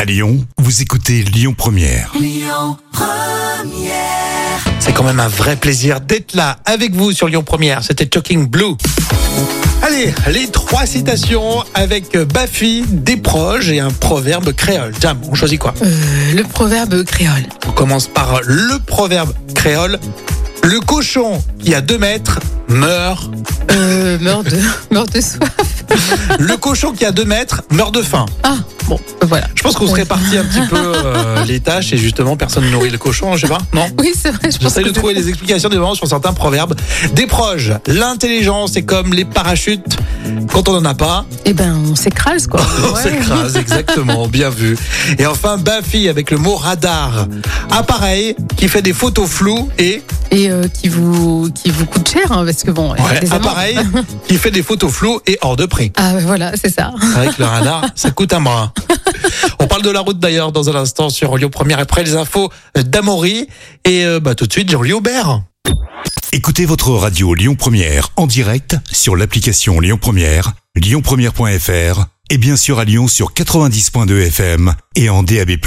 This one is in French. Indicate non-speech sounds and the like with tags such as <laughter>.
À Lyon, vous écoutez Lyon Première. C'est quand même un vrai plaisir d'être là avec vous sur Lyon Première. C'était Talking Blue. Allez, les trois citations avec Baffy, des proches et un proverbe créole. Jam, on choisit quoi Euh, le proverbe créole. On commence par le proverbe créole. Le cochon qui a deux mètres meurt. Euh, meurt de, <laughs> meurt de soif. Le cochon qui a deux mètres meurt de faim. Ah, bon, ben voilà. Je pense qu'on se répartit un petit peu euh, les tâches et justement personne nourrit le cochon, je sais pas. Non Oui, c'est vrai, je pense J'essaie que de trouver les explications des moments sur certains proverbes. Des proches, l'intelligence est comme les parachutes. Quand on n'en a pas, <laughs> Eh ben, on s'écrase, quoi. on Ouais. s'écrase, <laughs> exactement, bien vu. Et enfin, Baffy avec le mot radar. Appareil qui fait des photos floues et... Et euh, qui, vous, qui vous coûte cher, hein, parce que bon, euh, les amendes. appareil qui fait des photos floues et hors de prix. Ah, ben voilà, c'est ça. C'est vrai que le <laughs> radar, ça coûte un bras. On parle de la route d'ailleurs dans un instant sur Lyon Première après les infos d'Amaury. Et euh, bah, tout de suite, Jean-Louis Aubert. Écoutez votre radio Lyon Première en direct sur l'application Lyon Première, lyonpremière.fr et bien sûr à Lyon sur 90.2 FM et en DAB+.